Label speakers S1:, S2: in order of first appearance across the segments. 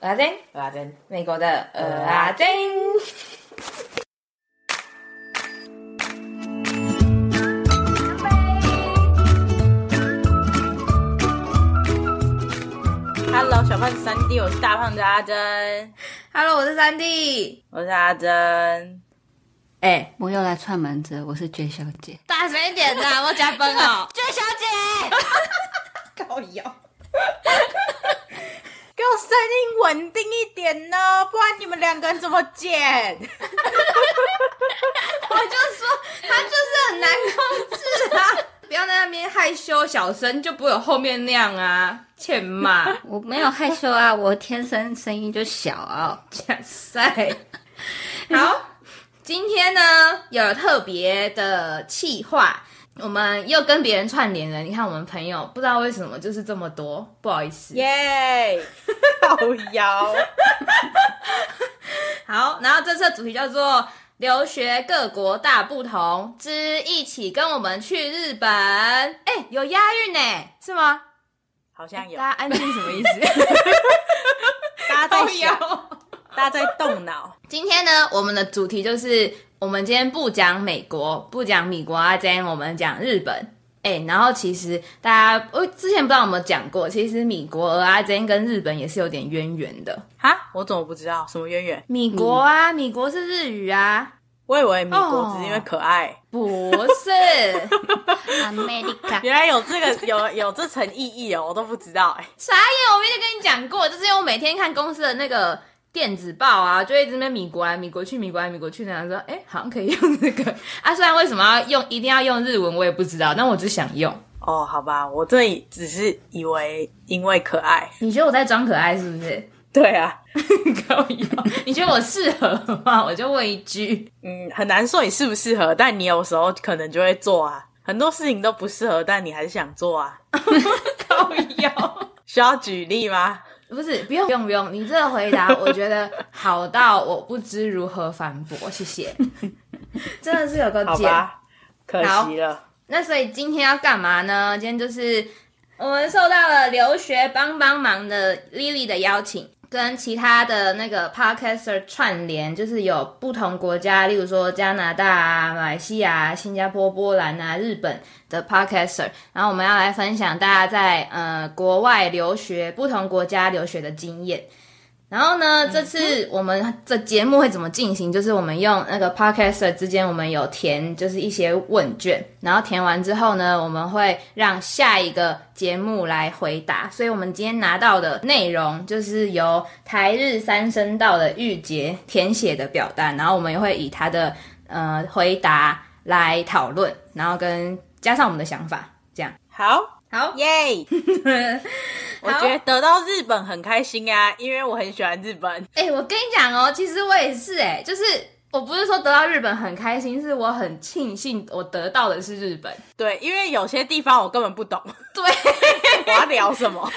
S1: 鹅阿珍，
S2: 阿珍，
S1: 美国的鹅阿珍。
S2: Hello，小胖子三弟，我是大胖子阿珍，
S1: Hello，我是三弟。
S2: 我是阿珍。
S1: 哎、
S3: 我又来串门子，我是娟小姐。
S1: 大声一点 呐，我加分哦。
S3: 娟小姐，
S2: 高腰，给我声音稳定一点呢，不然你们两个人怎么剪？
S1: 我就说他就是很难控制啊， 不要在那边害羞小声，就不会有后面那样啊，欠骂
S3: 我没有害羞啊，我天生声音就小啊。
S1: 假 赛。好，今天呢有特别的企划，我们又跟别人串联了。你看我们朋友不知道为什么就是这么多，不好意思。
S2: 耶，高腰，
S1: 好，然后这次的主题叫做“留学各国大不同之一起跟我们去日本”。哎、有押韵呢，是吗？
S2: 好像有
S1: 大，家安静什么意 思？
S2: 大家在想，
S1: 有。
S2: 大家在动脑，
S1: 今天呢，我们的主题就是，我们今天不讲美国，不讲米国啊，今天我们讲日本。哎、然后其实大家，我之前不知道有没有讲过，其实米国啊，今天跟日本也是有点渊源的。
S2: 哈，我怎么不知道什么渊源？
S1: 米国啊，米国是日语啊，
S2: 我以为米国
S1: 哦
S2: 只是因为可爱
S1: 不是。
S3: America，
S2: 原来有这个有有这层意义哦，我都不知道哎、
S1: 傻眼！我明天跟你讲过，就是因为我每天看公司的那个电子报啊，就会一直在那边米国来米国去，米国来米国去，然后说，哎、好像可以用这个 啊。虽然为什么要用，一定要用日文，我也不知道，但我就想用。
S2: 哦，好吧，我这只是以为因为可爱。
S1: 你觉得我在装可爱是不是？
S2: 对啊，
S1: 高以哦你觉得我适合吗？我就问一 句。
S2: 嗯，很难说你适不适合，但你有时候可能就会做啊。很多事情都不适合，但你还是想做啊。
S1: 高腰。
S2: 需要举例吗？
S1: 不是，不用，不用，不用。你这个回答，我觉得好到我不知如何反驳。谢 谢，真的是有个
S2: 好
S1: 茧。
S2: 吧，可惜了。
S1: 那所以今天要干嘛呢？今天就是我们受到了留学帮帮忙的 Lily 的邀请，跟其他的那个 podcaster 串联，就是有不同国家，例如说加拿大啊、马来西亚啊、新加坡、波兰啊、日本的 podcaster，然后我们要来分享大家在呃国外留学、不同国家留学的经验。然后呢，这次我们这节目会怎么进行？就是我们用那个 podcaster 之间，我们有填就是一些问卷，然后填完之后呢，我们会让下一个节目来回答。所以我们今天拿到的内容就是由台日三声道的玉洁填写的表单，然后我们也会以他的呃回答来讨论，然后跟加上我们的想法，这样
S2: 好，
S1: 好。
S2: 耶！我觉得得到日本很开心啊，因为我很喜欢日本。
S1: 哎、我跟你讲哦，其实我也是哎、就是我不是说得到日本很开心，是我很庆幸我得到的是日本。
S2: 对，因为有些地方我根本不懂，
S1: 对，
S2: 我要聊什么？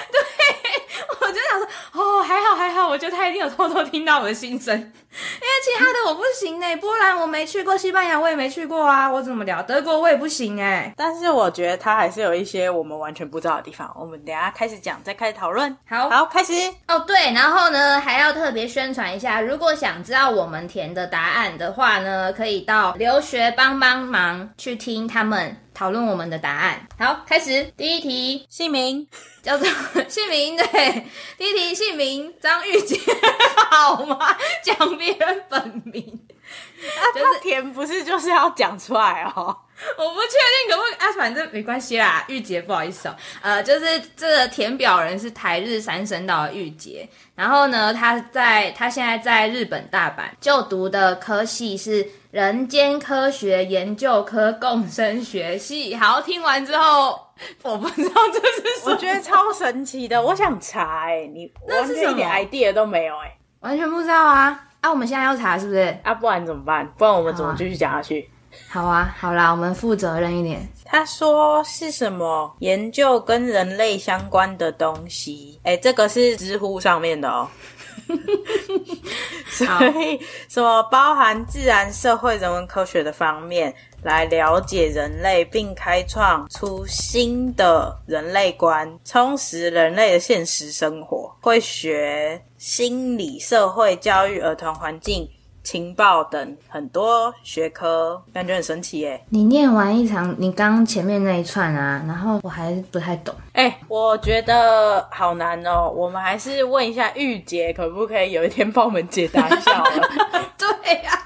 S1: 我就想说，哦，还好还好，我觉得他一定有偷偷听到我的心声，因为其他的我不行哎、波兰我没去过，西班牙我也没去过啊，我怎么聊？德国我也不行哎、
S2: 但是我觉得它还是有一些我们完全不知道的地方。我们等一下开始讲，再开始讨论。
S1: 好
S2: 好，开始。
S1: 哦，对，然后呢，还要特别宣传一下，如果想知道我们填的答案的话呢，可以到留学帮帮忙去听他们讨论我们的答案。好，开始第一题，
S2: 姓名
S1: 叫 做姓名，对，第一题姓名张玉洁， 好吗？讲别人本名，
S2: 就是啊填，不是就是要讲出来哦。
S1: 我不确定可不可以啊，反正没关系啦。玉洁，不好意思哦、呃，就是这个填表人是台日三省岛的玉洁，然后呢，他在他现在在日本大阪就读的科系是人间科学研究科共生学系。好，听完之后，我不知道这是什
S2: 我
S1: 么，
S2: 觉得超神奇的，我想查哎、你
S1: 那是
S2: 完全一
S1: 什
S2: 点
S1: 么
S2: idea 都没有哎、
S1: 完全不知道啊。啊，我们现在要查是不是？
S2: 啊，不然怎么办？不然我们怎么
S1: 好啊
S2: 继续讲下去？
S1: 好啊，好啦，我们负责任一点。
S2: 他说是什么研究跟人类相关的东西？哎，这个是知乎上面的哦。所以，什么包含自然、社会、人文科学的方面来了解人类，并开创出新的人类观，充实人类的现实生活。会学心理、社会教育、儿童环境、情报等很多学科，感觉很神奇耶、
S1: 你念完一场，你刚前面那一串啊，然后我还不太懂。
S2: 哎、我觉得好难哦。我们还是问一下玉姐，可不可以有一天帮我们解答一下好 了？
S1: 对呀、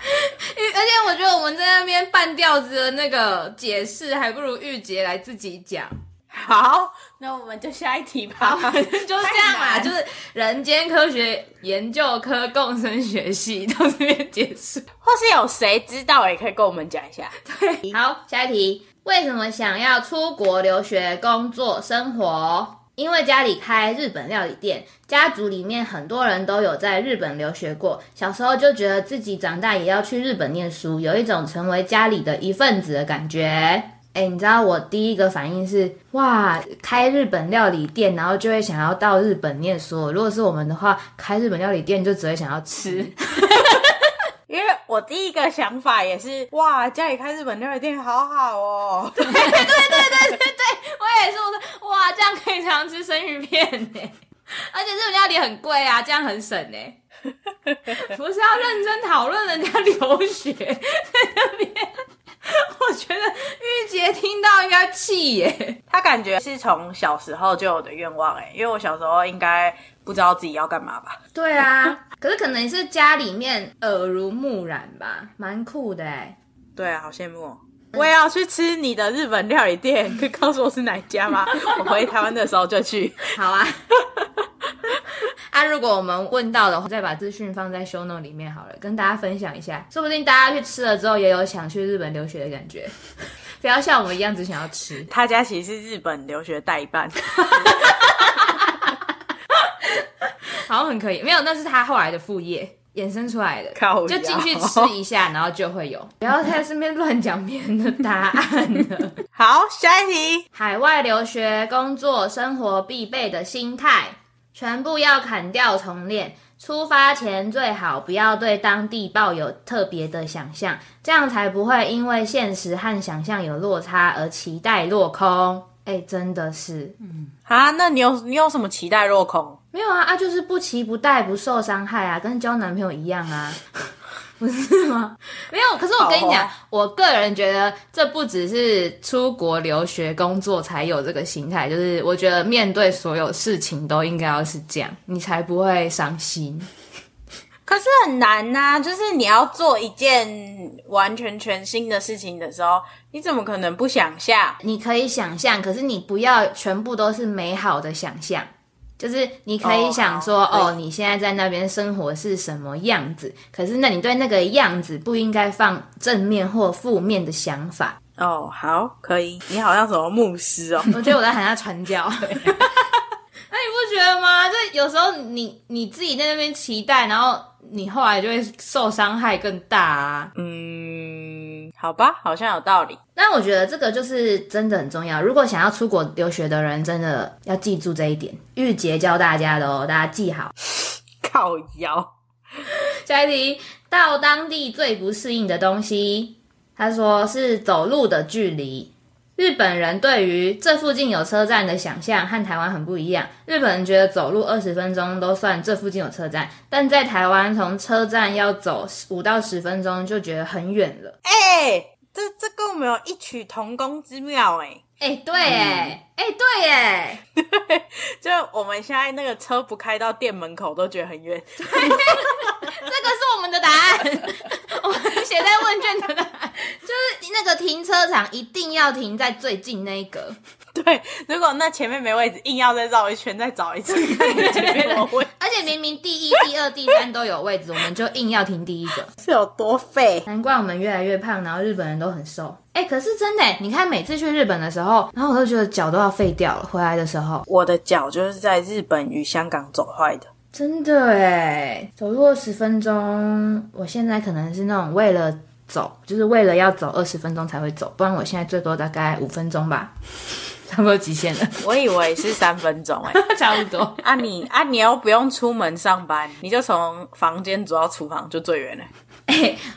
S1: 因为而且我觉得我们在那边半吊子的那个解释，还不如玉洁来自己讲。
S2: 好，那我们就下一题吧。
S1: 就这样啦，
S2: 太难
S1: 就是人间科学研究科共生学系到这边结束。
S2: 或是有谁知道也可以跟我们讲一下。
S1: 好，下一题，为什么想要出国留学、工作、生活？因为家里开日本料理店，家族里面很多人都有在日本留学过，小时候就觉得自己长大也要去日本念书，有一种成为家里的一份子的感觉。哎、你知道我第一个反应是哇，开日本料理店，然后就会想要到日本念书。如果是我们的话，开日本料理店就只会想要吃。
S2: 因为我第一个想法也是，哇，家里开日本料理店好好 哦。
S1: 我也是，我说哇，这样可以常吃生鱼片呢， 而且日本料理很贵啊，这样很省呢。 不是要认真讨论人家留学在那边，我觉得玉洁听到应该气耶。
S2: 他感觉是从小时候就有的愿望哎、因为我小时候应该不知道自己要干嘛吧。
S1: 对啊，可是可能是家里面耳濡目染吧，蛮酷的哎。
S2: 对啊，好羡慕、哦。我也要去吃你的日本料理店，可以告诉我是哪一家吗？我回台湾的时候就去。
S1: 好啊。啊，如果我们问到的话，再把资讯放在 show note 里面好了，跟大家分享一下，说不定大家去吃了之后也有想去日本留学的感觉， 不要像我们一样只想要吃。
S2: 他家其实是日本留学代办，
S1: 好像很可以，没有，那是他后来的副业衍生出来的，
S2: 靠腰
S1: 就进去吃一下，然后就会有。不要在身边乱讲别人的答案了。
S2: 好，下一题。
S1: 海外留学、工作、生活必备的心态，全部要砍掉重练。出发前最好不要对当地抱有特别的想象，这样才不会因为现实和想象有落差而期待落空。哎、真的是
S2: 啊，那你有你有什么期待落空？
S1: 没有啊啊，就是不期不待，不受伤害啊，跟交男朋友一样啊， 不是吗？没有，可是我跟你
S2: 好
S1: 讲，
S2: 啊
S1: 我个人觉得这不只是出国留学、工作才有这个心态，就是我觉得面对所有事情都应该要是这样，你才不会伤心。
S2: 可是很难呐、就是你要做一件完全全新的事情的时候，你怎么可能不想下？
S1: 你可以想象，可是你不要全部都是美好的想象。就是你可以
S2: 哦
S1: 想说，
S2: 好
S1: 哦
S2: 可以
S1: 你现在在那边生活是什么样子？可是那你对那个样子不应该放正面或负面的想法。
S2: 哦，好，可以。你好像什么牧师 哦？
S1: 我觉得我在喊他传教。 那你不觉得吗？就有时候你你自己在那边期待，然后你后来就会受伤害更大啊。
S2: 嗯，好吧，好像有道理。
S1: 但我觉得这个就是真的很重要。如果想要出国留学的人，真的要记住这一点。玉洁教大家的哦，大家记好。
S2: 靠腰。
S1: 下一题，到当地最不适应的东西，他说是走路的距离。日本人对于这附近有车站的想象和台湾很不一样。日本人觉得走路二十分钟都算这附近有车站，但在台湾从车站要走五到十分钟就觉得很远了。
S2: 哎、这这跟我们有异曲同工之妙哎、
S1: 哎、对哎，哎、对哎，
S2: 就我们现在那个车不开到店门口都觉得很远。
S1: 这个是我们的答案， 我们写在问卷的答案，就是那个停车场一定要停在最近那一格。
S2: 对，如果那前面没位置，硬要再绕一圈再找一次，看前面有位置
S1: 而且明明第 一、第二、第三都有位置，我们就硬要停第一个。
S2: 是有多废？
S1: 难怪我们越来越胖，然后日本人都很瘦。哎、可是真的、你看每次去日本的时候，然后我都觉得脚都要废掉了。回来的时候，
S2: 我的脚就是在日本与香港走坏的。
S1: 真的哎、走路十分钟，我现在可能是那种为了走，就是为了要走二十分钟才会走，不然我现在最多大概五分钟吧，差不多极限了，
S2: 我以为是三分钟哎、
S1: 差不多。
S2: 啊你啊你又不用出门上班，你就从房间走到厨房就最远了。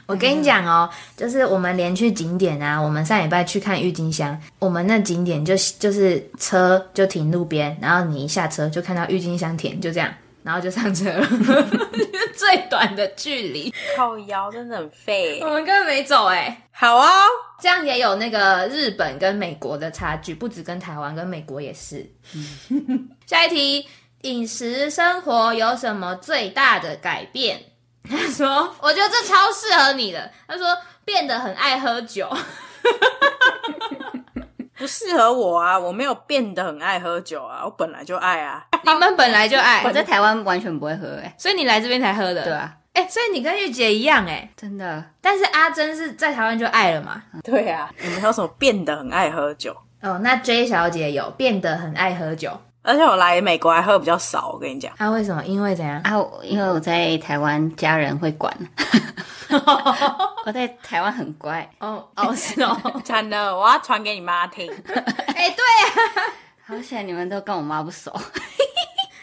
S1: 我跟你讲哦，就是我们连去景点啊，我们上礼拜去看郁金香，我们那景点就就是车就停路边，然后你一下车就看到郁金香田，就这样，然后就上车了， 最短的距离，
S2: 靠腰真的很废欸
S1: 我们根本没走哎、
S2: 好啊、哦，
S1: 这样也有那个日本跟美国的差距，不止跟台湾，跟美国也 是。下一题，饮食生活有什么最大的改变？他说，我觉得这超适合你的。他说，变得很爱喝 酒。
S2: 不适合我啊，我没有变得很爱喝酒啊，我本来就爱啊。
S1: 你们本来就
S3: 我
S1: 爱，
S3: 在台湾完全不会喝、欸，哎，
S1: 所以你来这边才喝的。
S3: 对啊，
S1: 哎、所以你跟玉姐一样哎、
S3: 真的，
S1: 但是阿珍是在台湾就爱了嘛。
S2: 对啊，你没有什么变得很爱喝酒，
S1: 哦，那 J 小姐有变得很爱喝酒，
S2: 而且我来美国还喝比较少，我跟你讲。
S1: 她、啊为什么？因为怎样？
S3: 啊，我因为我在台湾家人会管，我在台湾很乖，
S1: 哦哦是哦，
S2: 惨了，我要传给你妈听。
S1: 哎、对呀、
S3: 好险你们都跟我妈不熟，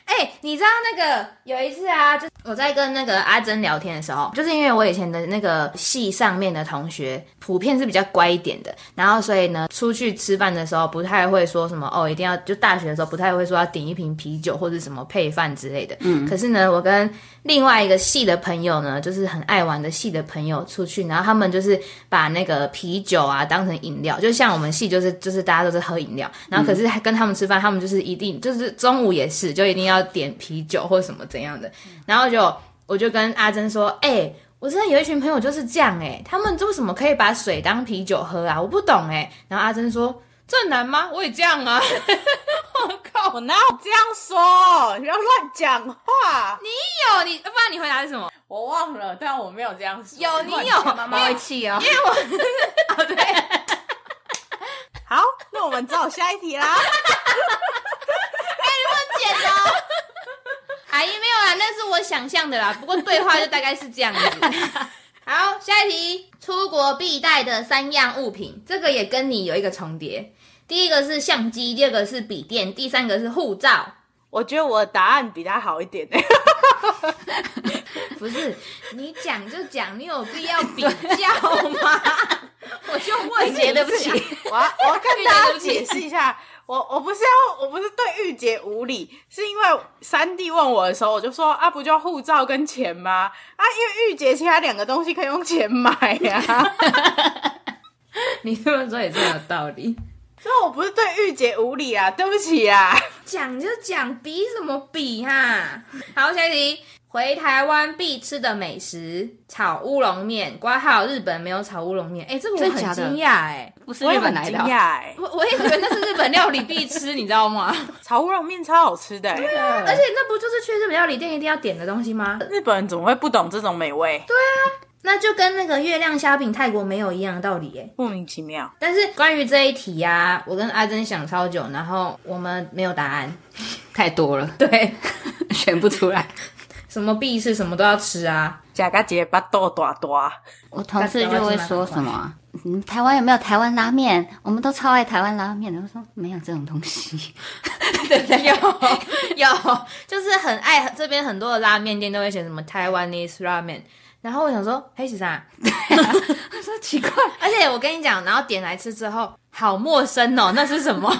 S1: 哎、你知道那个有一次啊，就我在跟那个阿珍聊天的时候，就是因为我以前的那个系上面的同学普遍是比较乖一点的，然后所以呢，出去吃饭的时候不太会说什么哦，一定要就大学的时候不太会说要点一瓶啤酒或者什么配饭之类的。嗯，可是呢，我跟另外一个系的朋友呢，就是很爱玩的系的朋友出去，然后他们就是把那个啤酒啊当成饮料，就像我们系就是就是大家都是喝饮料，然后可是还跟他们吃饭，他们就是一定就是中午也是就一定要点啤酒或什么怎样的，然后就我就跟阿珍说，哎、我真的有一群朋友就是这样哎、他们为什么可以把水当啤酒喝啊？我不懂哎、然后阿珍说：“这很难吗？我也这样啊。”我靠，
S2: 我哪有这样说？你不要乱讲话。
S1: 你有你，不然你回答是什么？
S2: 我忘了，但我没有这样说。
S1: 有你
S2: 乱
S1: 有，
S3: 妈妈会气哦。
S2: 好，那我们只好下一题啦。
S1: 剪刀。阿姨哎没有啦，那是我想象的啦。不过对话就大概是这 样子。好，下一题，出国必带的三样物品，这个也跟你有一个重叠。第一个是相机，第二个是笔电，第三个是护照。
S2: 我觉得我的答案比他好一点、欸。
S1: 不是，你讲就讲，你有必要比较吗？ 我就问你，
S3: 姐对不起，
S2: 我要我要跟大家解
S1: 玉洁
S2: 释一 下，我我不是要我不是对玉洁无礼，是因为三弟问我的时候，我就说啊，不就护照跟钱吗？啊，因为玉洁其他两个东西可以用钱买啊呀、
S1: 你这么说也是有道理。
S2: 所以我不是对玉洁无礼啊，对不起啊。
S1: 讲就讲，比什么比哈、好，下一题，回台湾必吃的美食，炒乌龙面。挂号日本没有炒乌龙面，哎、这个我
S3: 真的假
S1: 很
S3: 的
S1: 惊讶哎，
S3: 不是
S2: 我也
S3: 日
S2: 很
S3: 本来
S2: 惊
S3: 的
S2: 讶
S3: 哦，
S2: 哎，
S1: 我 我也以为那是日本料理必吃，你知道 吗？
S2: 炒乌龙面超好吃的、欸，
S1: 而且哦那不就是去日本料理店一定要点的东西吗？
S2: 日本人怎么会不懂这种美味？对，
S1: 那就跟那个月亮虾饼泰国没有一样的道理哎。
S2: 莫名其妙。
S1: 但是关于这一题呀、我跟阿珍想超久，然后我们没有答案。
S3: 太多了，
S1: 对，
S3: 选不出来。
S1: 什么必吃什么都要吃啊。
S2: 假个结巴豆大大，
S3: 我同事就会说什么啊。嗯，台湾有没有台湾拉面？我们都超爱台湾拉面的。我说没有这种东西，
S1: 有，就是很爱这边很多的拉面店都会写什么 Taiwanese ramen，然后我想说，哎黑起啥？
S3: 我说奇怪，
S1: 啊而且我跟你讲，然后点来吃之后，好陌生哦， 那是什么？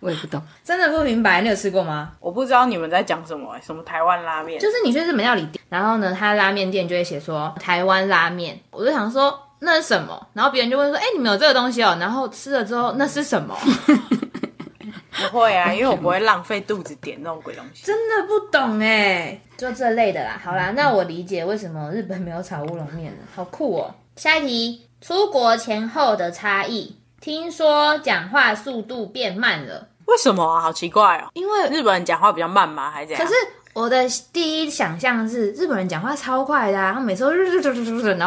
S3: 我也不懂。
S1: 真的不明白，你有吃过吗？
S2: 我不知道你们在讲什么、欸，什么台湾拉面，
S1: 就是你去日本料理店，然后呢，他拉面店就会写说台湾拉面，我就想说那是什么？然后别人就问说，哎、你们有这个东西哦？然后吃了之后，那是什么？
S2: 不会 啊，因为我不会浪费肚子点那种鬼东 西。
S1: 真的不懂嗯哎、就这类的啦。好啦，那我理解为什么日本没有炒乌龙面了，好酷哦。下一题，出国前后的差异。听说讲话速度变慢了，
S2: 为什么啊？好奇怪哦！
S1: 因为
S2: 日本人讲话比较慢吗？还是怎样？
S1: 可是我的第一想象是日本人讲话超快的、啊，他每次都然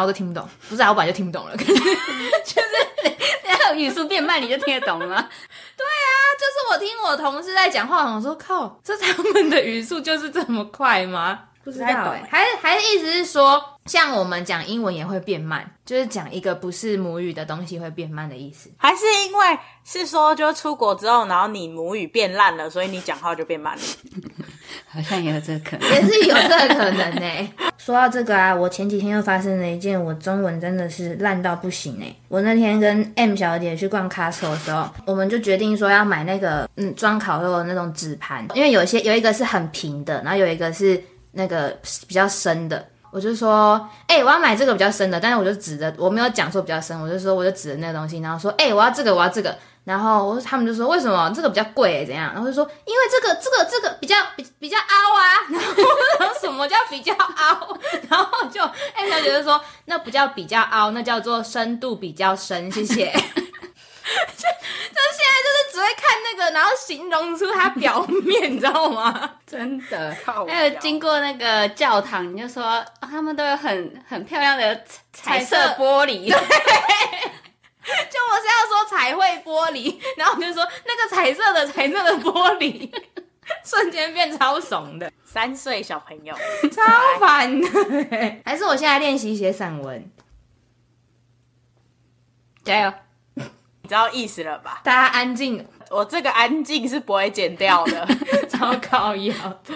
S1: 后我都听不懂，不是、啊，我本来就听不懂了。可是
S3: 那语速变慢你就听得懂了吗？
S1: 就是我听我同事在讲话，我说靠，这他们的语速就是这么快吗？ 不知道
S2: 太懂
S1: 哎、还是还是意思是说，像我们讲英文也会变慢，就是讲一个不是母语的东西会变慢的意思。
S2: 还是因为是说，就出国之后，然后你母语变烂了，所以你讲话就变慢了。
S3: 好像也有这个可能。
S1: 也是有这个可能呢、 说到这个啊，我前几天又发生了一件我中文真的是烂到不行哎、我那天跟 M 小姐去逛 Costco 的时候，我们就决定说要买那个嗯装烤肉的那种纸盘，因为有一些有一个是很平的，然后有一个是那个比较深的。我就说，哎、我要买这个比较深的，但是我就指着，我没有讲说比较深，我就说我就指着那个东西，然后说，哎、我要这个，我要这个，然后我他们就说为什么这个比较贵、欸怎样？然后我就说因为这个这个这个比较比比较凹啊，然后然后什么叫比较凹？ 然后就哎 M 小姐就说那不叫比较凹，那叫做深度比较深，谢谢。 就就现在就是只会看那个，然后形容出它表面，你知道吗？
S3: 真的。
S2: 靠
S3: 还有经过那个教堂，你就说、哦他们都有很很漂亮的彩
S1: 彩
S3: 色
S1: 色
S3: 玻璃，
S1: 就我是要说彩绘玻璃，然后我就说那个彩色的彩色的玻璃，瞬间变超怂的，
S2: 三岁小朋友，
S1: 超烦的。还是我现在练习写散文，
S3: 加油！
S2: 你知道意思了吧？
S1: 大家安静，
S2: 我这个安静是不会剪掉 的。
S1: 超高腰的。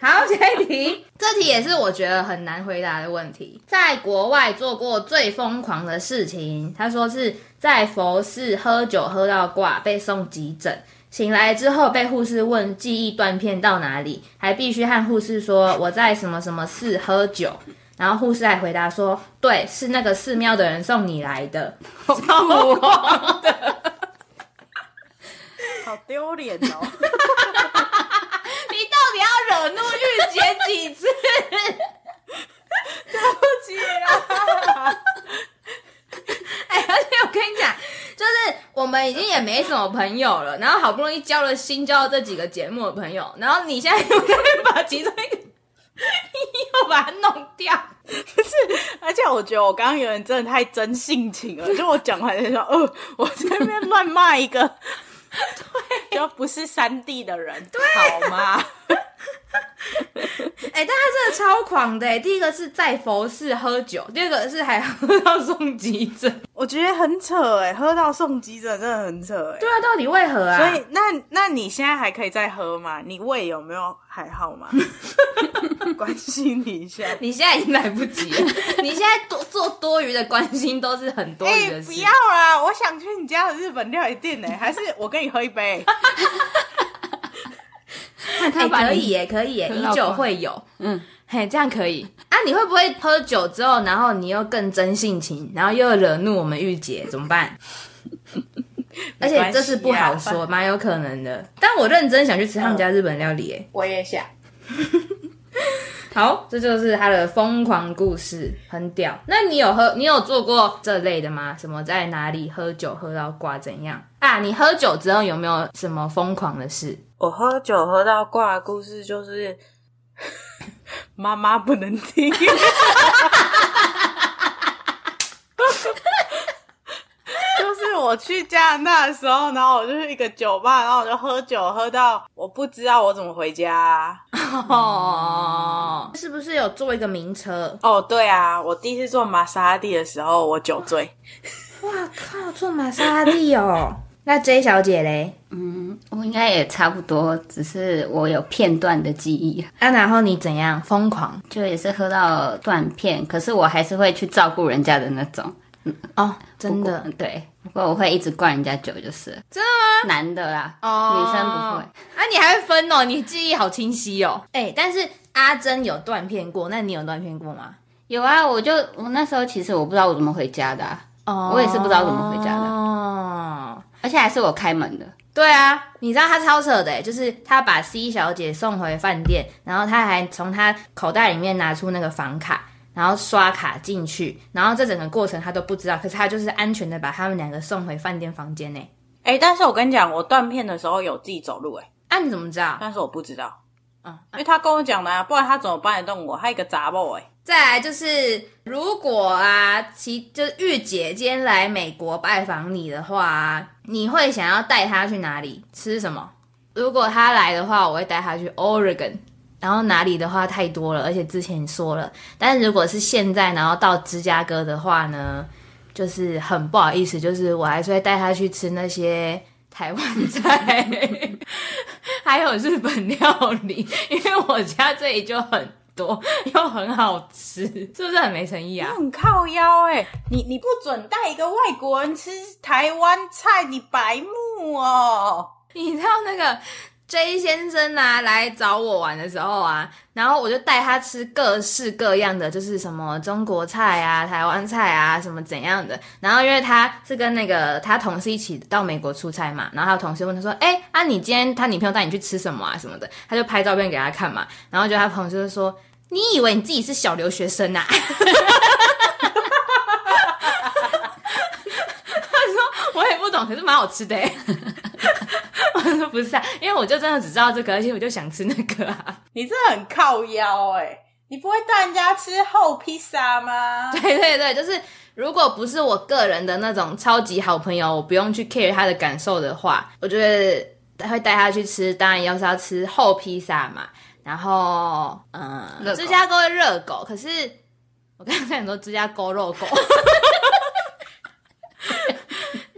S1: 好，下一题， 这题也是我觉得很难回答的问题。在国外做过最疯狂的事情，他说是在佛寺喝酒喝到挂，被送急诊。醒来之后被护士问记忆断片到哪里，还必须和护士说我在什么什么寺喝酒，然后护士还回答说对，是那个寺庙的人送你来的，
S2: 不慌的， 好丢脸哦！
S1: 你到底要惹怒玉姐几次？ 哎，而且我跟你讲，就是我们已经也没什么朋友了，然后好不容易交了新交了这几个节目的朋友，然后你现在又在把其中一个 又把它弄掉，
S2: 而且我觉得我刚刚有点真的太真性情了，就我讲完就说，呃，我这边乱骂一个，对，就不是三 D 的人，对，好吗？
S1: 哎、但他真的超狂的、哎，第一个是在佛寺喝酒，第二个是还喝到送急诊，
S2: 我觉得很扯哎、喝到送急诊真的很扯哎、
S1: 对啊，到底为何啊？
S2: 所以，那那你现在还可以再喝吗？你胃有没有还好 吗？关心你一下。
S1: 你现在已经来不及了，你现在多做多余的关心都是很多
S2: 哎、
S1: 余的事。
S2: 不要啦！我想去你家的日本料理店呢、欸还是我跟你喝一杯？
S3: 看他
S1: 哎、
S3: 把
S1: 可
S3: 你
S1: 以耶，可以耶，
S3: 很
S1: 以
S3: 老
S1: 酒
S3: 广
S1: 会友，
S3: 嗯，
S1: 嘿，这样可以啊？你会不会喝酒之后，然后你又更真性情，然后又惹怒我们御姐，怎么 办？而
S2: 没关系啊
S1: 且这是不好说，蛮有可能的。但我认真想去吃他们家日本料理，哎、
S2: 我也想。
S1: 好，这就是他的疯狂故事，很屌。那你有喝，你有做过这类的吗？什么在哪里喝酒喝到挂怎样啊？你喝酒之后有没有什么疯狂的事？
S2: 我喝酒喝到挂的故事就是 妈妈不能听， 就是我去加拿大的时候，然后我就去一个酒吧，然后我就喝酒喝到我不知道我怎么回家啊、
S1: 哦，是不是有做一个名车？
S2: 哦，对啊，我第一次坐玛莎拉蒂的时候，我酒醉。
S1: 哇靠，坐玛莎拉蒂哦。 那 J 小姐嘞？
S3: 嗯，我应该也差不多，只是我有片段的记忆，
S1: 啊，然后你怎样疯狂？
S3: 就也是喝到断片，可是我还是会去照顾人家的那种。
S1: 哦，
S3: 不
S1: 真
S3: 过
S1: 的，
S3: 对，不过我会一直灌人家酒，就是
S1: 真的
S3: 男的啦，
S1: 哦
S3: 女生不会。
S1: 啊，你还会分哦，你记忆好清晰哦。哎、但是阿珍有断片过，那你有断片过吗？
S3: 有啊，我就我那时候其实我不知道我怎么回家的、啊，
S1: 哦
S3: 我也是不知道怎么回家的
S1: 哦，
S3: 而且还是我开门的。
S1: 对啊，你知道他超扯的欸，就是他把 C 小姐送回饭店，然后他还从他口袋里面拿出那个房卡，然后刷卡进去，然后这整个过程他都不知道，可是他就是安全的把他们两个送回饭店房间欸呢。
S2: 哎、但是我跟你讲，我断片的时候有自己走路、哎，
S1: 啊，你怎么知道？
S2: 但是我不知道，
S1: 嗯，
S2: 因为他跟我讲的、啊，不然他怎么搬得动我？还有一个杂货、哎，
S1: 再来就是，如果啊，其就是玉姐今天来美国拜访你的话、啊，你会想要带她去哪里吃什么？如果她来的话，我会带她去 Oregon。然后哪里的话太多了，而且之前说了，但是如果是现在，然后到芝加哥的话呢，就是很不好意思，就是我还是会带他去吃那些台湾菜，还有日本料理，因为我家这里就很多，又很好吃，是不是很没诚意啊？
S2: 很靠腰哎、你你不准带一个外国人吃台湾菜，你白目哦！
S1: 你知道那个 J 先生啊来找我玩的时候啊，然后我就带他吃各式各样的，就是什么中国菜啊、台湾菜啊，什么怎样的。然后因为他是跟那个他同事一起到美国出差嘛，然后他同事问他说：“哎、啊，你今天他女朋友带你去吃什么啊什么的？”他就拍照片给他看嘛，然后就他同事就说：“你以为你自己是小留学生啊？” 他说：“我也不懂，可是蛮好吃的、欸。”我说 不是啊，因为我就真的只知道这个，而且我就想吃那个啊。
S2: 你真的很靠腰哎、你不会带人家吃厚披萨吗？
S1: 对对对，就是如果不是我个人的那种超级好朋友，我不用去 care 他的感受的话，我觉得会带他去吃，当然要是要吃厚披萨嘛。然后，嗯
S3: 热，狗
S1: 芝加哥的热狗，可是我刚才想说芝加哥肉狗，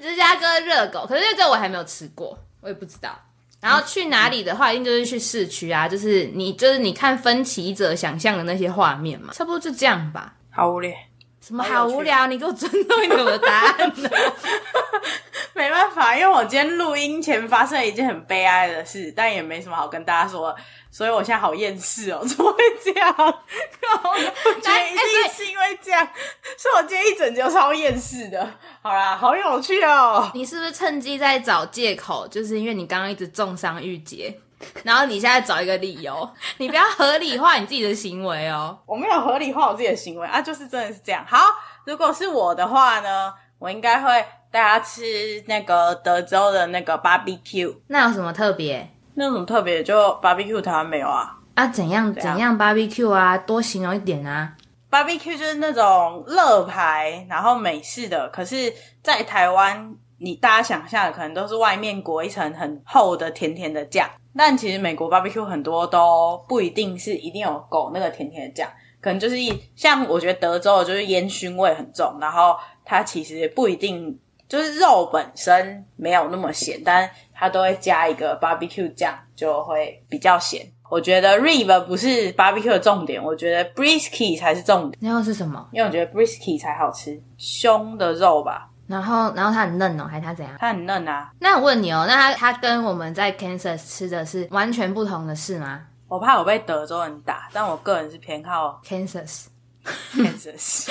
S1: 芝加哥热狗，可是这我还没有吃过，我也不知道。然后去哪里的话，一定就是去市区啊，就是你就是你看分歧者想象的那些画面嘛，差不多就这样吧。
S2: 好无聊，
S1: 什么
S2: 好
S1: 好
S2: 有趣
S1: 无聊？你给我尊重一点我的答 案呢？
S2: 没办法，因为我今天录音前发生了一件很悲哀的事，但也没什么好跟大家说，所以我现在好厌世哦，怎 么会这样？我觉得一定是因为这样，所以我今天一整集都超厌世的。好啦，好有趣哦！
S1: 你是不是趁机在找借口？就是因为你刚刚一直重伤郁结，然后你现在找一个理由，你不要合理化你自己的行为哦。
S2: 我没有合理化我自己的行为啊，就是真的是这样。好，如果是我的话呢，我应该会带他吃那个德州的那个 barbecue，
S1: 那有什么特别
S2: 那种特别的就 barbecue 台湾没有啊。
S1: 啊？怎样
S2: 啊
S1: 怎样 barbecue 啊？多形容一点啊！
S2: barbecue 就是那种乐牌，然后美式的，可是，在台湾你大家想象的可能都是外面裹一层很厚的甜甜的酱，但其实美国 barbecue 很多都不一定是一定有狗那个甜甜的酱，可能就是一像我觉得德州的就是烟熏味很重，然后它其实不一定就是肉本身没有那么咸，但它都会加一个 barbecue 酱，就会比较咸。我觉得 rib 不是 barbecue 的重点，我觉得 brisket 才是重点，
S1: 那又是什么？
S2: 因为我觉得 brisket 才好吃，胸的肉吧，
S1: 然后然后它很嫩哦，还是它怎样？
S2: 它很嫩啊。
S1: 那我问你哦，那它它跟我们在 Kansas 吃的是完全不同的事吗
S2: 我怕我被德州人打，但我个人是偏好
S1: ？Kansas。
S2: Kansas，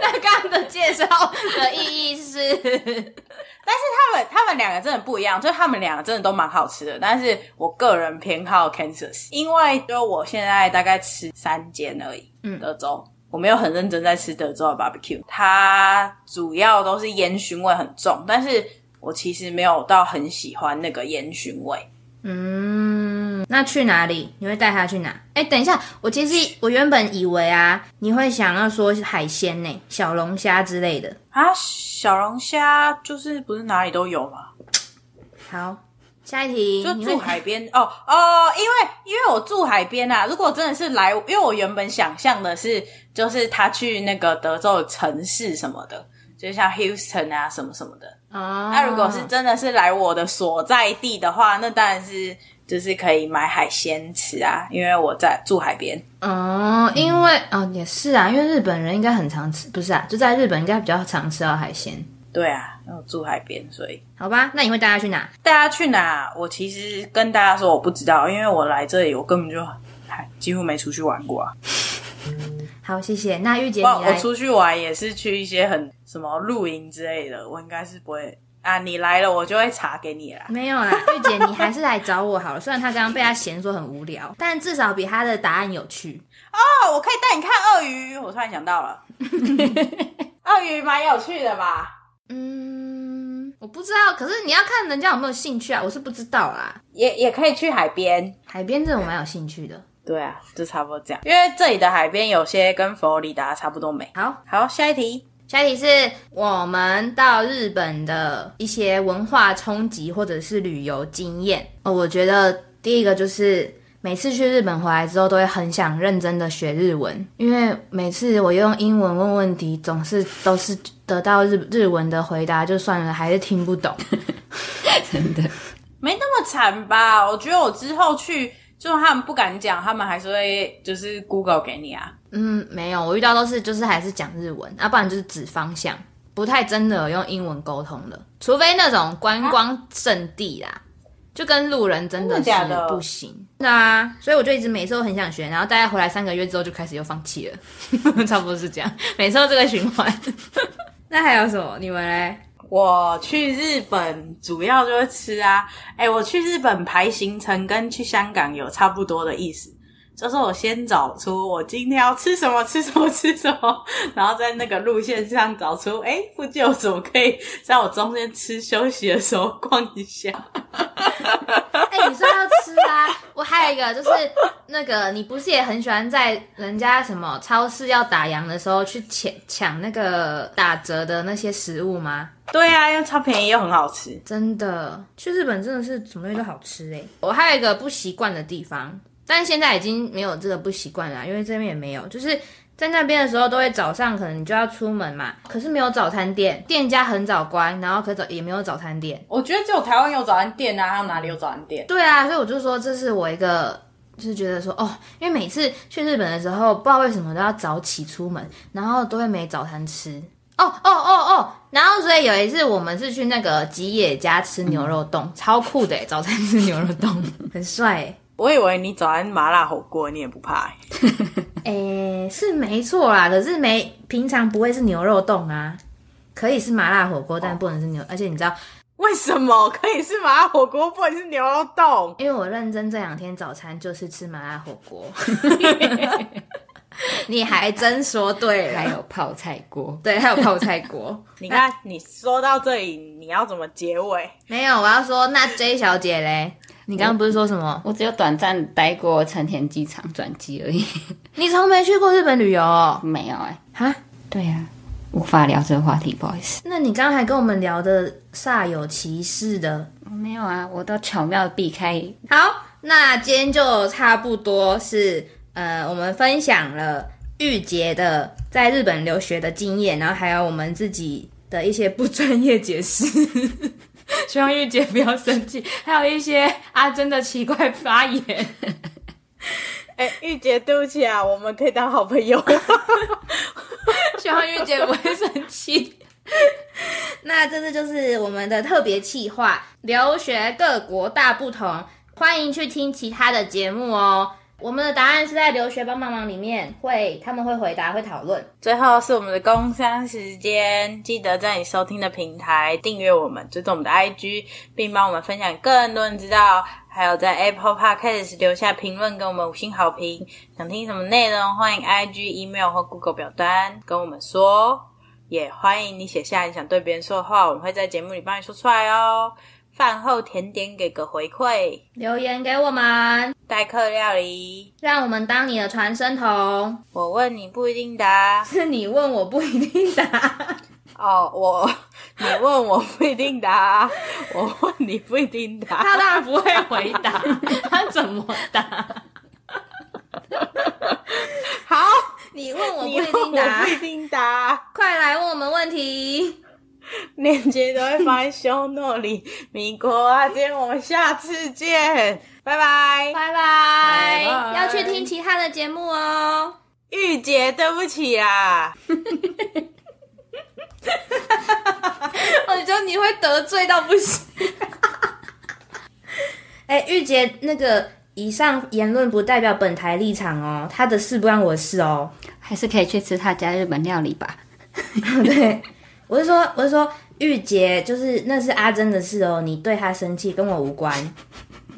S1: 那刚刚的介绍的意义是，
S2: 他们他们两个真的不一样，就是他们两个真的都蛮好吃的，但是我个人偏好 Kansas，因为就我现在大概吃三间而已，
S1: 嗯
S2: 德州。我没有很认真在吃德州的 barbecue，它主要都是烟熏味很重，但是我其实没有到很喜欢那个烟熏味。
S1: 嗯，那去哪里？你会带他去哪？哎、等一下，我其实我原本以为啊，你会想要说是海鲜呢、小龙虾之类的。
S2: 啊，小龙虾就是不是哪里都有吗？
S1: 好，下一题，
S2: 就
S1: 你会
S2: 住海边哦哦，因为因为我住海边啊。如果真的是来，因为我原本想象的是，就是他去那个德州的城市什么的，就像 Houston 啊什么什么的。
S1: 哦。
S2: 那、如果是真的是来我的所在地的话，那当然是就是可以买海鲜吃啊，因为我在住海边。
S1: 哦，因为哦也是啊，因为日本人应该很常吃，不是啊，就在日本应该比较常吃到海鲜，
S2: 对啊，因为我住海边，所以
S1: 好吧？那你会带他去哪？
S2: 大家去哪？我其实跟大家说我不知道，因为我来这里我根本就还几乎没出去玩过啊。
S1: 好，谢谢。那玉姐你
S2: 哇，我
S1: 来，
S2: 出去玩也是去一些很什么露营之类的，我应该是不会啊。你来了，我就会查给你啦。
S1: 没有啦， 玉姐你还是来找我好了。虽然她刚刚被她嫌说很无聊，但至少比她的答案有趣。
S2: 哦，我可以带你看鳄鱼，我突然想到 了，鳄鱼蛮有趣的吧？
S1: 嗯，我不知道，可是你要看人家有没有兴趣啊，我是不知道啦。
S2: 也也可以去海边。
S1: 海边这种蛮有兴趣的。
S2: 对啊，就差不多这样。因为这里的海边有些跟佛罗里达差不多美。
S1: 好，
S2: 好，下一题。
S1: 下一题是我们到日本的一些文化冲击或者是旅游经验。哦，我觉得第一个就是每次去日本回来之后，都会很想认真的学日文，因为每次我用英文问问题，总是都是得到日日文的回答，就算了，还是听不懂。
S3: 真的。
S2: 没那么惨吧？我觉得我之后去，就算他们不敢讲，他们还是会就是 Google 给你啊。
S1: 嗯，没有，我遇到都是就是还是讲日文，啊要、不然就是指方向，不太真的有用英文沟通的，除非那种观光圣地啦，就跟路人真的是
S2: 真的假的
S1: 不行。对啊，所以我就一直每次都很想学，然后大概回来三个月之后就开始又放弃了， 差不多是这样，每次都这个循环。 那还有什么？你们嘞？
S2: 我去日本主要就是吃啊，哎、我去日本排行程跟去香港有差不多的意思，就是我先找出我今天要吃什么，吃什么，吃什么，然后在那个路线上找出，哎、附近有什么可以在我中间吃休息的时候逛一下。
S1: 哎、你说要吃啊？我还有一个就是那个，你不是也很喜欢在人家什么超市要打烊的时候去抢抢那个打折的那些食物吗？
S2: 对啊，因为超便宜又很好吃。
S1: 真的，去日本真的是什么东西都好吃哎、我还有一个不习惯的地方，但现在已经没有这个不习惯了，因为这边也没有，就是。在那边的时候，都会早上可能你就要出门嘛，可是没有早餐店，店家很早关，然后可早也没有早餐店，
S2: 我觉得只有台湾有早餐店啊，还有哪里有早餐店？
S1: 对啊，所以我就说这是我一个。就是觉得说哦，因为每次去日本的时候，不知道为什么都要早起出门，然后都会没早餐吃。哦哦哦哦，然后所以有一次我们是去那个吉野家吃牛肉冻，超酷的耶欸早餐吃牛肉冻，很帅欸耶。
S2: 我以为你早安麻辣火锅，你也不怕、欸。
S1: 诶，是没错啦，可是没平常不会是牛肉冻啊，可以是麻辣火锅，但不能是牛。而且你知道，
S2: 为什么可以是麻辣火锅，不能是牛肉冻？
S1: 因为我认真这两天早餐就是吃麻辣火 锅，你还真说对
S3: 还
S1: 了，
S3: 有泡菜锅，
S1: 对，还有泡菜 锅。
S2: 你看，你说到这里，你要怎么结尾？
S1: 没有，我要说那 J 小姐嘞，你刚刚不是说什么？
S3: 我只有短暂待过成田机场转机而已，
S1: 你从没去过日本旅游哦？
S3: 没有哎、
S1: 哈？
S3: 对啊，无法聊这个话题，不好意思。
S1: 那你刚刚还跟我们聊的煞有其事的。
S3: 没有啊，我都巧妙地避开。
S1: 好，那今天就差不多是呃，我们分享了玉洁的在日本留学的经验，然后还有我们自己的一些不专业解释。 希望玉洁不要生气，还有一些阿珍的奇怪发言。
S2: 哎、玉姐，对不起啊，我们可以当好朋友。
S1: 希望玉姐不会生气。 那这次就是我们的特别企划，留学各国大不同，欢迎去听其他的节目哦。我们的答案是在留学帮帮忙里面会，他们会回答，会讨论。
S2: 最后是我们的工商时间，记得在你收听的平台订阅我们，追踪我们的 IG，并帮我们分享更多人知道。还有在 Apple Podcast 留下评论，给我们五星好评。想听什么内容，欢迎 IG、email 或 Google 表单跟我们说。也欢迎你写下你想对别人说的话，我们会在节目里帮你说出来哦。饭后甜点给个回馈，
S1: 留言给我们，
S2: 代客料理，
S1: 让我们当你的传声筒。
S2: 我问你不一定答。
S1: 是你问我不一定答。
S2: 哦，我 你问我不一定答， 我问你不一定答。
S1: 他当然不会回 答，他怎么答？
S2: 好，
S1: 你问我不
S2: 你
S1: 一
S2: 问
S1: 定
S2: 我
S1: 答
S2: 不，一定答，
S1: 快来问我们问题。
S2: 链接都会放在 show note 里。米国啊，今天我们下次见，拜拜。
S1: 拜拜，
S2: 拜拜
S1: 要去听其他的节目哦。
S2: 玉姐，对不起啊啦，
S1: 我觉哦得你会得罪到不行。 哎、玉洁，那个以上言论不代表本台立场哦，他的事不关我的事哦。
S3: 还是可以去吃他家日本料理吧。
S1: 对，我是说，我是说，玉洁就是那是阿珍的事哦，你对她生气跟我无关。